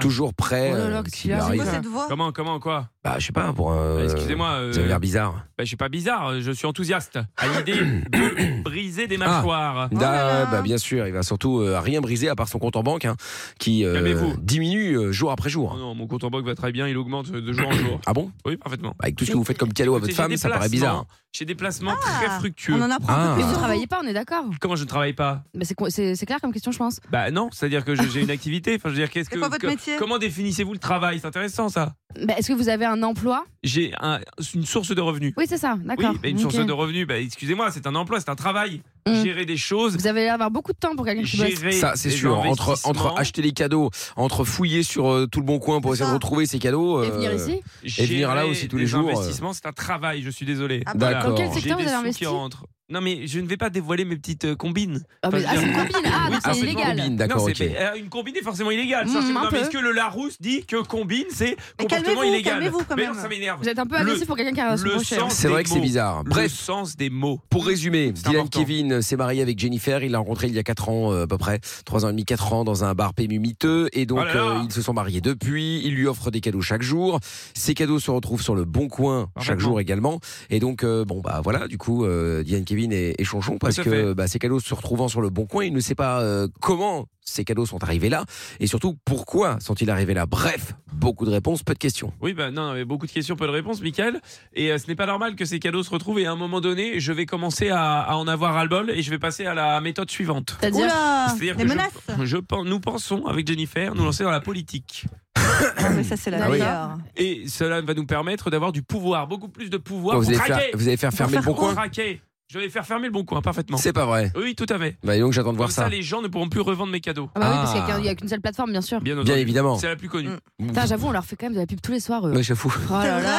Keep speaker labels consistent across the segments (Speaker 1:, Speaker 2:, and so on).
Speaker 1: toujours prêt.
Speaker 2: Oh là là,
Speaker 1: euh,
Speaker 2: qu'est-ce
Speaker 1: qu'il
Speaker 2: qu'il a, c'est
Speaker 1: arrive.
Speaker 2: quoi cette voix
Speaker 3: Comment, comment, quoi
Speaker 1: Bah, je sais pas, pour. euh,
Speaker 3: Euh, Excusez-moi. euh,
Speaker 1: Ça a l'air bizarre.
Speaker 3: bah, je suis pas bizarre, je suis enthousiaste à l'idée de briser des mâchoires.
Speaker 2: Oh là
Speaker 1: Ah,
Speaker 2: là.
Speaker 1: bah, bien sûr, il va surtout euh, rien briser à part son compte en banque, hein, qui euh,
Speaker 3: Calmez-vous.
Speaker 1: diminue euh, jour après
Speaker 3: Oh
Speaker 1: jour.
Speaker 3: non, mon compte en banque va très bien, il augmente de jour en jour.
Speaker 1: Ah bon
Speaker 3: Oui, parfaitement.
Speaker 1: Avec tout ce que vous faites comme cadeau à
Speaker 3: J'ai
Speaker 1: votre
Speaker 3: des
Speaker 1: femme, ça paraît
Speaker 3: placements-
Speaker 1: bizarre.
Speaker 3: J'ai des placements
Speaker 2: Ah,
Speaker 3: très
Speaker 2: On
Speaker 3: fructueux.
Speaker 2: en apprend un peu
Speaker 1: Ah.
Speaker 2: plus
Speaker 1: Mais
Speaker 2: sur
Speaker 4: Vous
Speaker 2: vous.
Speaker 4: travaillez pas, on est d'accord.
Speaker 3: Comment je ne travaille pas
Speaker 4: Bah, c'est con- c'est c'est clair comme question, je pense.
Speaker 3: Bah non, c'est-à-dire que je- j'ai une activité. Enfin, je veux dire, qu'est-ce
Speaker 2: C'est
Speaker 3: que.
Speaker 2: quoi votre
Speaker 3: que-
Speaker 2: métier
Speaker 3: Comment définissez-vous le travail C'est intéressant ça.
Speaker 4: Bah, Est-ce que vous avez un emploi
Speaker 3: J'ai un- une source de revenus.
Speaker 4: Oui, c'est ça,
Speaker 3: Oui,
Speaker 4: d'accord.
Speaker 3: bah, une
Speaker 4: Ok.
Speaker 3: source de revenus. Bah, excusez-moi, c'est un emploi, c'est un travail.
Speaker 4: Mm.
Speaker 3: Gérer des choses,
Speaker 4: Vous avez l'air d'avoir beaucoup de temps pour quelqu'un qui bosse.
Speaker 3: gérer.
Speaker 1: Ça, c'est
Speaker 3: des
Speaker 1: sûr. Entre, entre
Speaker 3: investissements,
Speaker 1: acheter les cadeaux, entre fouiller sur euh, tout le bon coin pour essayer de
Speaker 2: Ça.
Speaker 1: retrouver ses cadeaux.
Speaker 4: Et venir
Speaker 1: euh,
Speaker 4: ici
Speaker 3: gérer
Speaker 1: venir là aussi tous les
Speaker 3: des
Speaker 1: jours, euh.
Speaker 3: Investissements, c'est un travail. Je suis désolé.
Speaker 2: Ah bon
Speaker 3: Voilà.
Speaker 1: D'accord.
Speaker 4: bah, Dans quel
Speaker 3: J'ai
Speaker 4: secteur
Speaker 3: des
Speaker 4: vous avez
Speaker 3: sous
Speaker 4: investi
Speaker 3: qui rentrent. Non, mais je ne vais pas dévoiler mes petites euh, combines.
Speaker 4: Ah, mais-
Speaker 3: Enfin,
Speaker 4: ah,
Speaker 3: je
Speaker 4: c'est
Speaker 3: veux
Speaker 4: une
Speaker 3: dire-
Speaker 4: combine. Ah,
Speaker 3: Oui,
Speaker 4: donc
Speaker 3: ah,
Speaker 4: c'est
Speaker 3: c'est une
Speaker 4: illégal.
Speaker 1: combine,
Speaker 3: Non,
Speaker 1: d'accord,
Speaker 3: c'est-
Speaker 1: ok.
Speaker 3: mais, euh, une combine est forcément illégale.
Speaker 4: Mm,
Speaker 3: sortez-
Speaker 4: un
Speaker 3: non, mais
Speaker 4: peu.
Speaker 3: est-ce que le Larousse dit que combine, c'est
Speaker 2: Mais
Speaker 3: comportement
Speaker 2: calmez-vous,
Speaker 3: illégal
Speaker 2: calmez-vous quand
Speaker 3: Mais
Speaker 2: même.
Speaker 3: non, ça m'énerve.
Speaker 4: Vous êtes un peu
Speaker 3: Le-
Speaker 4: agressif pour quelqu'un qui a un
Speaker 3: le
Speaker 4: son cher.
Speaker 3: sens-
Speaker 1: C'est vrai que c'est
Speaker 3: Des mots.
Speaker 1: bizarre.
Speaker 3: Le
Speaker 1: Ah, Bref,
Speaker 3: sens des mots.
Speaker 1: Pour résumer, Dylan
Speaker 3: important.
Speaker 1: Kevin s'est marié avec Jennifer. Il l'a rencontrée il y a 4 ans, euh, à peu près. 3 ans et demi, 4 ans, dans un bar PMU miteux. Et donc,
Speaker 3: Oh là là.
Speaker 1: euh, ils se sont mariés depuis. Il lui offre des cadeaux chaque jour. Ces cadeaux se retrouvent sur le bon coin chaque
Speaker 3: Parfaitement.
Speaker 1: jour également. Et donc, euh, bon, bah voilà, du coup, euh, Dylan Kevin est, est chonchon parce
Speaker 3: Tout à
Speaker 1: que
Speaker 3: fait.
Speaker 1: bah, ces cadeaux se retrouvant sur le bon coin, il ne sait pas euh, comment ces cadeaux sont arrivés là. Et surtout, pourquoi sont-ils arrivés là Bref, beaucoup de réponses, peu de questions.
Speaker 3: Oui, bah non, non, mais beaucoup de questions, peu de réponses, Michael. Et euh, ce n'est pas normal que ces cadeaux se retrouvent. Et à un moment donné, je vais commencer à, à en avoir ras-le-bol et je vais passer à la méthode suivante.
Speaker 4: C'est-à-dire.
Speaker 2: Oula,
Speaker 3: C'est-à-dire
Speaker 2: des
Speaker 3: que je-
Speaker 2: menaces.
Speaker 3: Je pense, nous pensons, avec Jennifer, nous lancer dans la politique.
Speaker 2: Ah, mais ça, c'est la
Speaker 4: Ah oui.
Speaker 2: meilleure.
Speaker 3: Et cela va nous permettre d'avoir du pouvoir, beaucoup plus de pouvoir
Speaker 1: Vous
Speaker 3: pour
Speaker 1: allez, faire,
Speaker 3: craquer.
Speaker 1: vous allez faire fermer le
Speaker 2: faire
Speaker 1: bon
Speaker 3: Pour
Speaker 1: coin
Speaker 3: craquer. Je vais faire fermer le bon coin, parfaitement.
Speaker 1: C'est pas vrai.
Speaker 3: Oui, tout à fait.
Speaker 1: Bah, et donc, j'attends de
Speaker 3: Comme
Speaker 1: voir
Speaker 3: ça,
Speaker 1: ça.
Speaker 3: les gens ne pourront plus revendre mes cadeaux.
Speaker 4: Ah, bah oui, parce qu'il y a
Speaker 1: Ah.
Speaker 4: qu'un- il n'y a qu'une seule plateforme, bien sûr.
Speaker 3: Bien,
Speaker 1: Bien
Speaker 3: entendu.
Speaker 1: évidemment.
Speaker 3: C'est la plus connue.
Speaker 2: Mm.
Speaker 4: Putain, j'avoue, on leur fait quand même de la pub tous les soirs. eux.
Speaker 1: Ouais, Bah, j'avoue.
Speaker 4: Oh là là.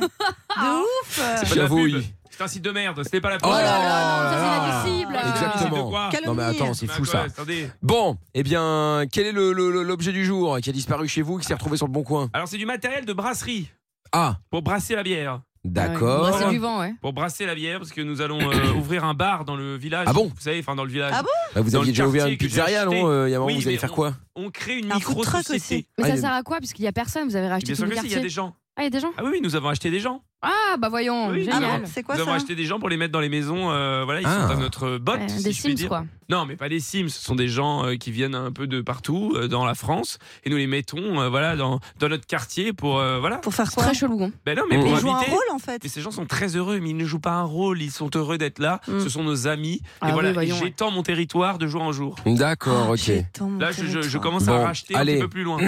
Speaker 2: Ouais. De ouf.
Speaker 3: C'est pas de la
Speaker 1: J'avoue,
Speaker 3: pub.
Speaker 1: oui.
Speaker 3: C'est un site de merde. C'était pas la pub.
Speaker 1: Oh
Speaker 4: Oh
Speaker 1: là là,
Speaker 4: là là, non, ça c'est
Speaker 3: Ah,
Speaker 4: inadmissible.
Speaker 3: Exactement.
Speaker 1: Exactement.
Speaker 3: quoi
Speaker 1: Non mais
Speaker 2: Calomnie.
Speaker 1: attends, c'est fou
Speaker 3: Mais
Speaker 1: ça.
Speaker 3: attendez, Ah, attendez.
Speaker 1: Bon, eh bien, quel est l'objet le, le- l'objet du jour qui a disparu chez vous, qui s'est retrouvé sur le bon coin
Speaker 3: Alors, c'est du matériel de brasserie
Speaker 1: Ah,
Speaker 3: pour brasser la bière.
Speaker 4: Ouais,
Speaker 1: d'accord.
Speaker 4: moi, c'est du vent, ouais.
Speaker 3: Pour brasser la bière, parce que nous allons euh, ouvrir un bar dans le village.
Speaker 1: Ah bon
Speaker 3: Vous savez, enfin, dans le village.
Speaker 2: Ah bon
Speaker 1: Bah, vous
Speaker 3: Dans
Speaker 1: aviez
Speaker 3: le
Speaker 1: déjà ouvert
Speaker 3: quartier
Speaker 1: une
Speaker 3: que j'ai
Speaker 1: pizzeria,
Speaker 3: acheté.
Speaker 1: non euh, Il y a un moment,
Speaker 3: Oui,
Speaker 1: vous allez
Speaker 3: mais
Speaker 1: faire
Speaker 3: on-
Speaker 1: quoi
Speaker 3: On crée une
Speaker 2: Un food truck
Speaker 3: micro-société.
Speaker 2: aussi.
Speaker 4: Mais
Speaker 1: Ah, il
Speaker 4: ça
Speaker 1: y a-
Speaker 4: sert à quoi Puisqu'il n'y a personne, vous avez
Speaker 3: Et
Speaker 4: racheté
Speaker 3: Bien
Speaker 4: tout
Speaker 3: sûr
Speaker 4: le
Speaker 3: que si, il y a
Speaker 4: quartier.
Speaker 3: des gens.
Speaker 4: Ah, il y a des gens
Speaker 3: Ah oui, oui, nous avons acheté des gens.
Speaker 4: Ah, bah voyons,
Speaker 3: Oui.
Speaker 2: Ah
Speaker 4: génial.
Speaker 2: bon, c'est quoi
Speaker 3: Nous avons
Speaker 2: ça
Speaker 3: acheté des gens pour les mettre dans les maisons. euh, voilà, ils
Speaker 1: Ah.
Speaker 3: sont à notre botte.
Speaker 4: Ouais,
Speaker 3: si
Speaker 4: des
Speaker 3: je puis
Speaker 4: Sims,
Speaker 3: dire.
Speaker 4: quoi.
Speaker 3: Non, mais pas des Sims. Ce sont des gens euh, qui viennent un peu de partout euh, dans la France et nous les mettons euh, voilà, dans, dans notre quartier pour. euh, voilà.
Speaker 2: Pour faire
Speaker 4: C'est
Speaker 2: quoi
Speaker 4: Très chelou. hein.
Speaker 3: Ben non, mais
Speaker 1: Ils
Speaker 3: pour
Speaker 2: Ils jouent un
Speaker 3: habiter.
Speaker 2: rôle en fait.
Speaker 3: Mais ces gens sont très heureux, mais ils ne jouent pas un rôle. Ils sont heureux d'être là.
Speaker 2: Mm.
Speaker 3: Ce sont nos amis.
Speaker 4: Ah
Speaker 3: et
Speaker 4: oui,
Speaker 3: voilà, et
Speaker 4: voyons, ouais. Mm,
Speaker 3: j'étends mon territoire de jour en jour.
Speaker 1: D'accord,
Speaker 2: Ah,
Speaker 1: ok.
Speaker 2: j'ai tant mon
Speaker 3: Là, je, je- je
Speaker 2: territoire.
Speaker 3: commence
Speaker 1: Bon,
Speaker 3: à racheter un
Speaker 1: allez. Mm.
Speaker 3: petit peu plus loin.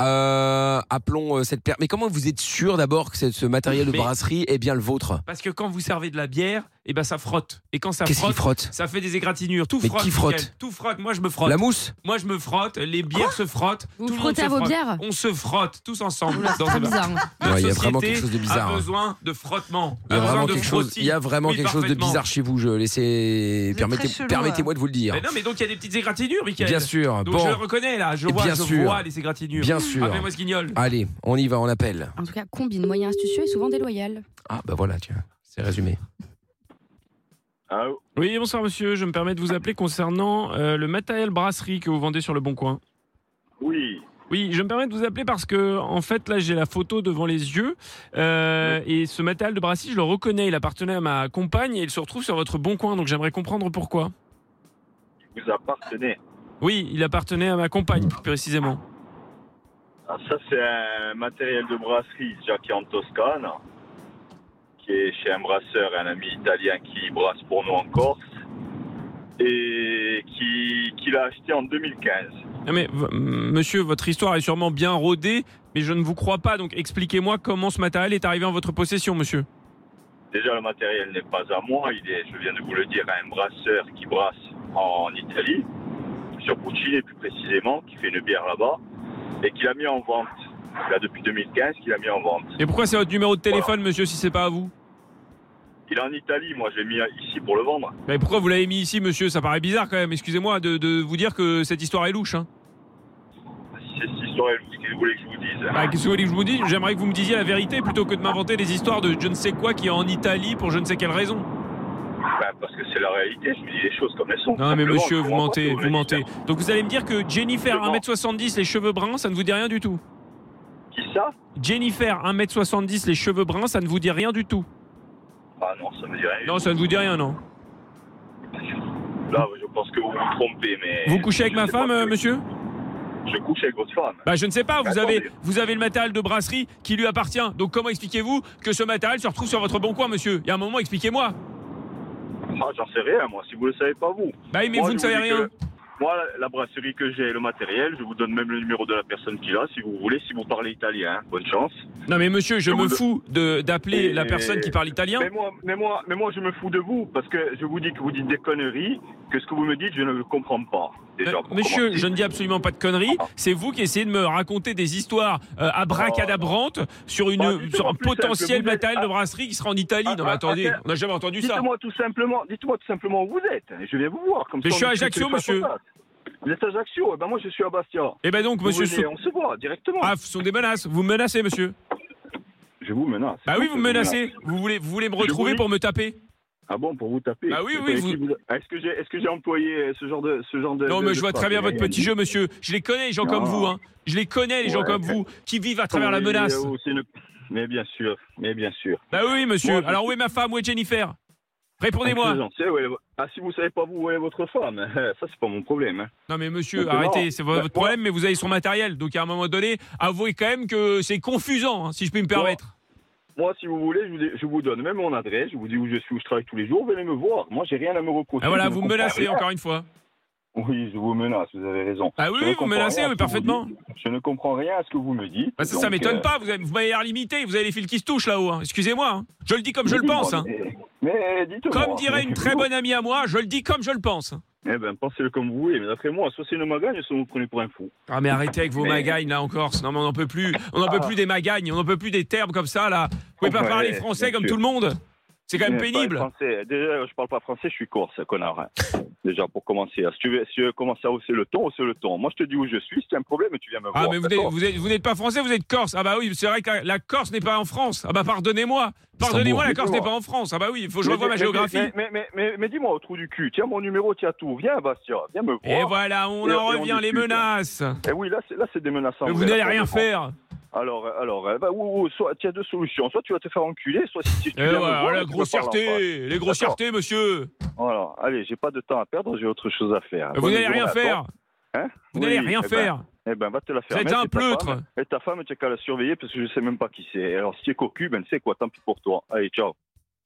Speaker 1: Euh, appelons euh, cette paire. Mais comment vous êtes sûr d'abord que c'est- ce matériel de
Speaker 3: Mais-
Speaker 1: brasserie est bien le vôtre
Speaker 3: Parce que quand vous servez de la bière, et ben ça frotte. Et quand ça
Speaker 1: Qu'est-ce qui
Speaker 3: frotte,
Speaker 1: frotte
Speaker 3: ça fait des égratignures. Tout
Speaker 1: Mais
Speaker 3: frotte.
Speaker 1: qui frotte
Speaker 3: Mickaël. Tout frotte. Moi, je me frotte.
Speaker 1: La mousse
Speaker 3: Moi, je me frotte. Les bières se frottent.
Speaker 4: Vous
Speaker 3: tout le monde
Speaker 4: frottez
Speaker 3: se
Speaker 4: à vos
Speaker 3: frotte.
Speaker 4: bières
Speaker 3: On se frotte tous ensemble.
Speaker 4: Oula, c'est
Speaker 3: dans ce
Speaker 4: très
Speaker 3: bar.
Speaker 4: bizarre. hein.
Speaker 3: Notre
Speaker 1: Ouais, il y a vraiment
Speaker 3: société
Speaker 1: quelque chose de bizarre. hein.
Speaker 3: A besoin de frottement.
Speaker 1: il y a
Speaker 3: a besoin
Speaker 1: vraiment
Speaker 3: de
Speaker 1: quelque chose, il y a vraiment
Speaker 3: Oui,
Speaker 1: quelque chose de
Speaker 3: parfaitement.
Speaker 1: bizarre chez vous. Je laissez,
Speaker 2: êtes
Speaker 1: permettez,
Speaker 2: très chelou,
Speaker 1: permettez-moi de vous le dire.
Speaker 3: Mais non, mais donc il y a des petites égratignures, Michael.
Speaker 1: Bien sûr.
Speaker 3: Donc je le
Speaker 1: Bon,
Speaker 3: reconnais là. Je
Speaker 1: Et
Speaker 3: vois,
Speaker 1: bien
Speaker 3: je
Speaker 1: sûr.
Speaker 3: vois les égratignures.
Speaker 1: bien sûr.
Speaker 3: Appelez-moi ce guignol.
Speaker 1: Allez, on y va, on appelle.
Speaker 4: En tout cas, combine moyen astucieux et souvent déloyal.
Speaker 1: Ah bah voilà, tiens, c'est résumé.
Speaker 5: Allô
Speaker 3: Oui, bonsoir monsieur. Je me permets de vous appeler concernant euh, le matériel brasserie que vous vendez sur le Bon Coin.
Speaker 5: Oui.
Speaker 3: Oui, je me permets de vous appeler parce que, en fait, là, j'ai la photo devant les yeux. euh, et ce matériel de brasserie, je le reconnais. Il appartenait à ma compagne et il se retrouve sur votre Bon Coin. Donc j'aimerais comprendre pourquoi.
Speaker 5: Vous appartenez.
Speaker 3: Oui, il appartenait à ma compagne, plus précisément.
Speaker 5: Ah, ça, c'est un matériel de brasserie, déjà qui est en Toscane, qui est chez un brasseur, un ami italien qui brasse pour nous en Corse, et qui, qui l'a acheté en 2015.
Speaker 3: Non Ah, mais, v- monsieur, votre histoire est sûrement bien rodée, mais je ne vous crois pas, donc expliquez-moi comment ce matériel est arrivé en votre possession, monsieur.
Speaker 5: Déjà, le matériel n'est pas à moi, il est, je viens de vous le dire, à un brasseur qui brasse en Italie, sur Puccini plus précisément, qui fait une bière là-bas, et qui l'a mis en vente. là depuis 2015 qu'il a mis en vente.
Speaker 3: Et pourquoi c'est votre numéro de téléphone, monsieur, si c'est pas à vous
Speaker 5: Il est en Italie, moi je l'ai mis ici pour le vendre.
Speaker 3: Mais pourquoi vous l'avez mis ici, monsieur Ça paraît bizarre quand même. Excusez-moi de, de vous dire que cette histoire est louche. hein.
Speaker 5: C'est cette histoire, qu'est-ce que vous voulez que je vous dise
Speaker 3: Bah, Qu'est-ce que vous voulez que je vous dise J'aimerais que vous me disiez la vérité plutôt que de m'inventer des histoires de je ne sais quoi qui est en Italie pour je ne sais quelle raison.
Speaker 5: Ben, Parce que c'est la réalité, je vous dis les choses comme elles sont.
Speaker 3: Non mais
Speaker 5: Simplement,
Speaker 3: monsieur,
Speaker 5: je
Speaker 3: vous
Speaker 5: comprends pas
Speaker 3: mentez,
Speaker 5: ce que
Speaker 3: vous
Speaker 5: voulez
Speaker 3: mentez.
Speaker 5: dire.
Speaker 3: Donc vous allez me dire que Jennifer,
Speaker 5: Justement.
Speaker 3: 1m70, les cheveux bruns, ça ne vous dit rien du tout.
Speaker 5: Qui ça
Speaker 3: Jennifer, 1m70, les cheveux bruns, ça ne vous dit rien du tout.
Speaker 5: Ah non, ça me dit rien.
Speaker 3: Non, ça ne vous dit rien, non.
Speaker 5: Là, je pense que vous vous trompez, mais.
Speaker 3: Vous couchez avec
Speaker 5: Je
Speaker 3: ma
Speaker 5: sais pas
Speaker 3: femme,
Speaker 5: que-
Speaker 3: euh, monsieur
Speaker 5: Je couche avec votre femme.
Speaker 3: Bah je ne sais pas, vous
Speaker 5: Attendez.
Speaker 3: avez, vous avez le matériel de brasserie qui lui appartient. Donc comment expliquez-vous que ce matériel se retrouve sur votre bon coin, monsieur Il y a un moment, expliquez-moi.
Speaker 5: Ah, j'en sais rien, moi, si vous le savez pas, vous.
Speaker 3: Bah oui, mais
Speaker 5: Moi,
Speaker 3: vous ne
Speaker 5: je
Speaker 3: savez
Speaker 5: dis que-
Speaker 3: rien.
Speaker 5: Moi, la brasserie que j'ai, le matériel, je vous donne même le numéro de la personne qui l'a, si vous voulez, si vous parlez italien. hein. Bonne chance.
Speaker 3: Non mais monsieur, je
Speaker 5: Je
Speaker 3: me
Speaker 5: vous-
Speaker 3: fous de- d'appeler
Speaker 5: Et-
Speaker 3: la personne qui parle italien.
Speaker 5: Mais moi, mais, moi, mais moi, je me fous de vous, parce que je vous dis que vous dites des conneries, que ce que vous me dites, je ne le comprends pas. Déjà,
Speaker 3: Euh,
Speaker 5: pour
Speaker 3: Monsieur,
Speaker 5: commencer. Ah.
Speaker 3: je ne dis absolument pas de conneries. C'est vous qui essayez de me raconter des histoires euh, abracadabrantes sur, une,
Speaker 5: Oh, dites-moi
Speaker 3: sur un
Speaker 5: plus, ça,
Speaker 3: potentiel
Speaker 5: que vous êtes-
Speaker 3: matériel de brasserie qui sera en Italie.
Speaker 5: Ah,
Speaker 3: non, mais
Speaker 5: ah,
Speaker 3: attendez,
Speaker 5: ah,
Speaker 3: on n'a jamais entendu ça.
Speaker 5: Dites-moi tout simplement, dites-moi tout simplement où vous êtes. hein, et Je viens vous voir. Comme
Speaker 3: Mais
Speaker 5: ça,
Speaker 3: je suis
Speaker 5: on
Speaker 3: à
Speaker 5: discute
Speaker 3: Ajaccio,
Speaker 5: face à
Speaker 3: monsieur.
Speaker 5: face. Vous êtes à Ajaccio Eh ben moi, je suis à Bastia.
Speaker 3: Eh ben donc,
Speaker 5: Vous
Speaker 3: monsieur.
Speaker 5: venez,
Speaker 3: Sou-
Speaker 5: on se voit directement.
Speaker 3: Ah, ce sont des menaces. Vous me menacez, monsieur.
Speaker 5: Je vous menace.
Speaker 3: Bah oui,
Speaker 5: Je
Speaker 3: vous me menacez. Vous voulez, vous voulez me retrouver
Speaker 5: dis-
Speaker 3: pour me taper
Speaker 5: Ah bon, pour vous taper
Speaker 3: Bah oui,
Speaker 5: Vous
Speaker 3: oui,
Speaker 5: savez
Speaker 3: vous-
Speaker 5: qui Ah, Est-ce que j'ai, est-ce que j'ai employé euh, ce genre de, ce genre de
Speaker 3: Non,
Speaker 5: de-
Speaker 3: mais
Speaker 5: de
Speaker 3: je vois
Speaker 5: phrase
Speaker 3: très bien votre petit jeu, monsieur. Je les connais, les gens comme
Speaker 5: Non.
Speaker 3: vous. Hein. Je les connais, les gens
Speaker 5: Ouais.
Speaker 3: comme vous, qui vivent à travers la
Speaker 5: Oui,
Speaker 3: menace.
Speaker 5: euh, c'est une- Mais bien sûr, mais bien sûr.
Speaker 3: Bah oui, monsieur.
Speaker 5: Moi,
Speaker 3: Alors, où est ma femme Où est Jennifer Répondez-moi.
Speaker 5: Je sais où elle est vo- Ah, si vous savez pas vous où est votre femme, ça c'est pas mon problème. hein.
Speaker 3: Non mais monsieur,
Speaker 5: Donc,
Speaker 3: arrêtez,
Speaker 5: non.
Speaker 3: c'est votre
Speaker 5: Bah,
Speaker 3: problème, mais vous avez son matériel, donc à un moment donné, avouez quand même que c'est confusant, hein, si je puis me permettre.
Speaker 5: Moi, si vous voulez, je vous, je vous donne même mon adresse, je vous dis où je suis, où je travaille tous les jours, venez me voir. Moi, j'ai rien à me reprocher.
Speaker 3: Ah voilà,
Speaker 5: je ne
Speaker 3: vous me
Speaker 5: comprends
Speaker 3: menacez
Speaker 5: rien.
Speaker 3: encore une fois.
Speaker 5: Oui, je vous menace, vous avez raison.
Speaker 3: Ah oui,
Speaker 5: Je ne
Speaker 3: oui, vous
Speaker 5: comprends
Speaker 3: me menacez,
Speaker 5: rien à
Speaker 3: oui,
Speaker 5: ce que vous
Speaker 3: parfaitement.
Speaker 5: dites. Je ne comprends rien à ce que vous me dites.
Speaker 3: Bah ça, ça
Speaker 5: donc,
Speaker 3: m'étonne
Speaker 5: euh,
Speaker 3: pas, vous avez- vous m'avez l'air limité, vous avez les fils qui se touchent là-haut, hein. excusez-moi. hein. Je le dis comme je le
Speaker 5: dites-moi,
Speaker 3: pense. hein.
Speaker 5: Mais, mais dites-moi.
Speaker 3: Comme dirait une très bonne amie à moi, je le dis comme je le pense.
Speaker 5: Eh ben, pensez-le comme vous voulez, mais d'après moi, soit c'est une magagne, soit vous me prenez pour un fou.
Speaker 3: Ah mais arrêtez avec vos
Speaker 5: Mais-
Speaker 3: magagnes là en Corse, non mais on n'en peut plus, on n'en peut plus des magagnes, on n'en peut plus des termes comme ça là. Vous pouvez pas
Speaker 5: Ouais,
Speaker 3: parler français
Speaker 5: bien
Speaker 3: comme tout
Speaker 5: sûr.
Speaker 3: le monde C'est quand même
Speaker 5: Je parle
Speaker 3: pénible.
Speaker 5: Eh, Français. Déjà, je parle pas français, je suis corse, connard. hein. Déjà, pour commencer, hein. si tu veux, si tu veux commencer à hausser le ton, hausse le ton. Moi, je te dis où je suis, si tu as un problème, tu viens me
Speaker 3: Ah
Speaker 5: voir.
Speaker 3: mais vous n'êtes
Speaker 5: d'accord
Speaker 3: vous êtes- vous n'êtes pas français, vous êtes corse. Ah bah oui, c'est vrai que la, la Corse n'est pas en France. Ah bah pardonnez-moi. Pardonnez-moi, la Corse n'est pas en France. Ah bah oui, il faut que je
Speaker 5: Mais-
Speaker 3: revoie ma
Speaker 5: mais-
Speaker 3: géographie.
Speaker 5: Mais, mais, mais, mais- mais dis-moi au trou du cul, tiens mon numéro, tiens tout, viens Bastia, viens me voir.
Speaker 3: Et voilà, on
Speaker 5: Et- et
Speaker 3: en
Speaker 5: on
Speaker 3: revient, les
Speaker 5: discute.
Speaker 3: menaces.
Speaker 5: Eh oui, là, c'est- là c'est des menaces. en
Speaker 3: Mais vous
Speaker 5: vrai,
Speaker 3: n'allez
Speaker 5: là,
Speaker 3: rien
Speaker 5: pour le
Speaker 3: faire. Eh
Speaker 5: moment. Alors, euh, alors, euh, bah, ou, ou, soit tu as deux solutions, soit tu vas te faire enculer, soit si tu
Speaker 3: Et
Speaker 5: viens me
Speaker 3: Eh voilà,
Speaker 5: voir,
Speaker 3: la
Speaker 5: tu me parles en face.
Speaker 3: grossièreté, les grossièretés, monsieur.
Speaker 5: Voilà, allez, j'ai pas de temps à perdre, j'ai autre chose à faire.
Speaker 3: Vous
Speaker 5: Bonne
Speaker 3: n'allez
Speaker 5: journée
Speaker 3: rien
Speaker 5: à toi.
Speaker 3: faire.
Speaker 5: Hein
Speaker 3: Vous n'allez
Speaker 5: Oui,
Speaker 3: rien
Speaker 5: eh ben,
Speaker 3: faire.
Speaker 5: Eh ben, va te la faire.
Speaker 3: Vous êtes
Speaker 5: mettre,
Speaker 3: un
Speaker 5: et ta
Speaker 3: pleutre.
Speaker 5: femme- Et ta femme, tu qu'à la surveiller parce que je sais même pas qui c'est. Alors, si tu es cocu, ben, c'est quoi, tant pis pour toi. Allez, ciao.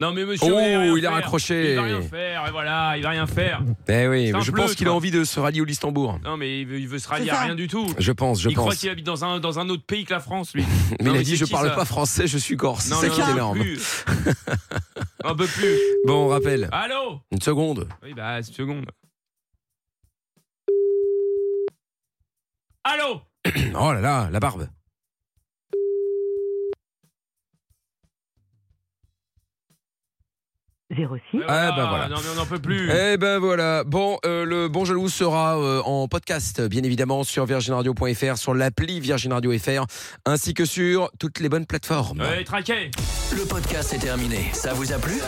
Speaker 3: Non mais monsieur, vous n'allez rien
Speaker 1: Oh, il a
Speaker 3: faire.
Speaker 1: raccroché.
Speaker 3: Il va rien faire, et voilà, il va rien faire.
Speaker 1: Eh oui,
Speaker 3: C'est un
Speaker 1: mais je
Speaker 3: bleu,
Speaker 1: pense qu'il a
Speaker 3: quoi.
Speaker 1: envie de se rallier au Listembourg.
Speaker 3: Non mais il veut, il veut se rallier
Speaker 2: C'est
Speaker 3: à
Speaker 2: ça.
Speaker 3: rien du tout.
Speaker 1: Je pense, je
Speaker 3: il croit
Speaker 1: pense.
Speaker 3: qu'il habite dans un, dans un autre pays que la France, lui.
Speaker 1: Mais
Speaker 3: Non,
Speaker 1: il
Speaker 3: mais
Speaker 1: a dit
Speaker 3: c'est
Speaker 1: je
Speaker 3: qui,
Speaker 1: parle
Speaker 3: ça
Speaker 1: pas français, je suis corse. C'est
Speaker 3: Non,
Speaker 1: ça
Speaker 3: mais
Speaker 1: qui est
Speaker 3: on en peut
Speaker 1: énorme.
Speaker 3: plus. Un peu plus.
Speaker 1: Bon, on rappelle.
Speaker 3: Allô
Speaker 1: Une seconde.
Speaker 3: Oui, bah, une seconde. Allô
Speaker 1: Oh là là, la barbe.
Speaker 3: Ouais,
Speaker 1: Ah, bah, voilà.
Speaker 3: Non, mais on n'en peut plus.
Speaker 1: Eh ben voilà. Bon, euh, le Bon Jaloux sera euh, en podcast, bien évidemment, sur virginradio.fr, sur l'appli Virgin Radio FR, ainsi que sur toutes les bonnes plateformes.
Speaker 3: Ouais, traqué.
Speaker 6: Le podcast est terminé. Ça vous a plu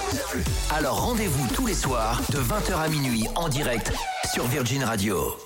Speaker 6: Alors rendez-vous tous les soirs de 20h à minuit en direct sur Virgin Radio.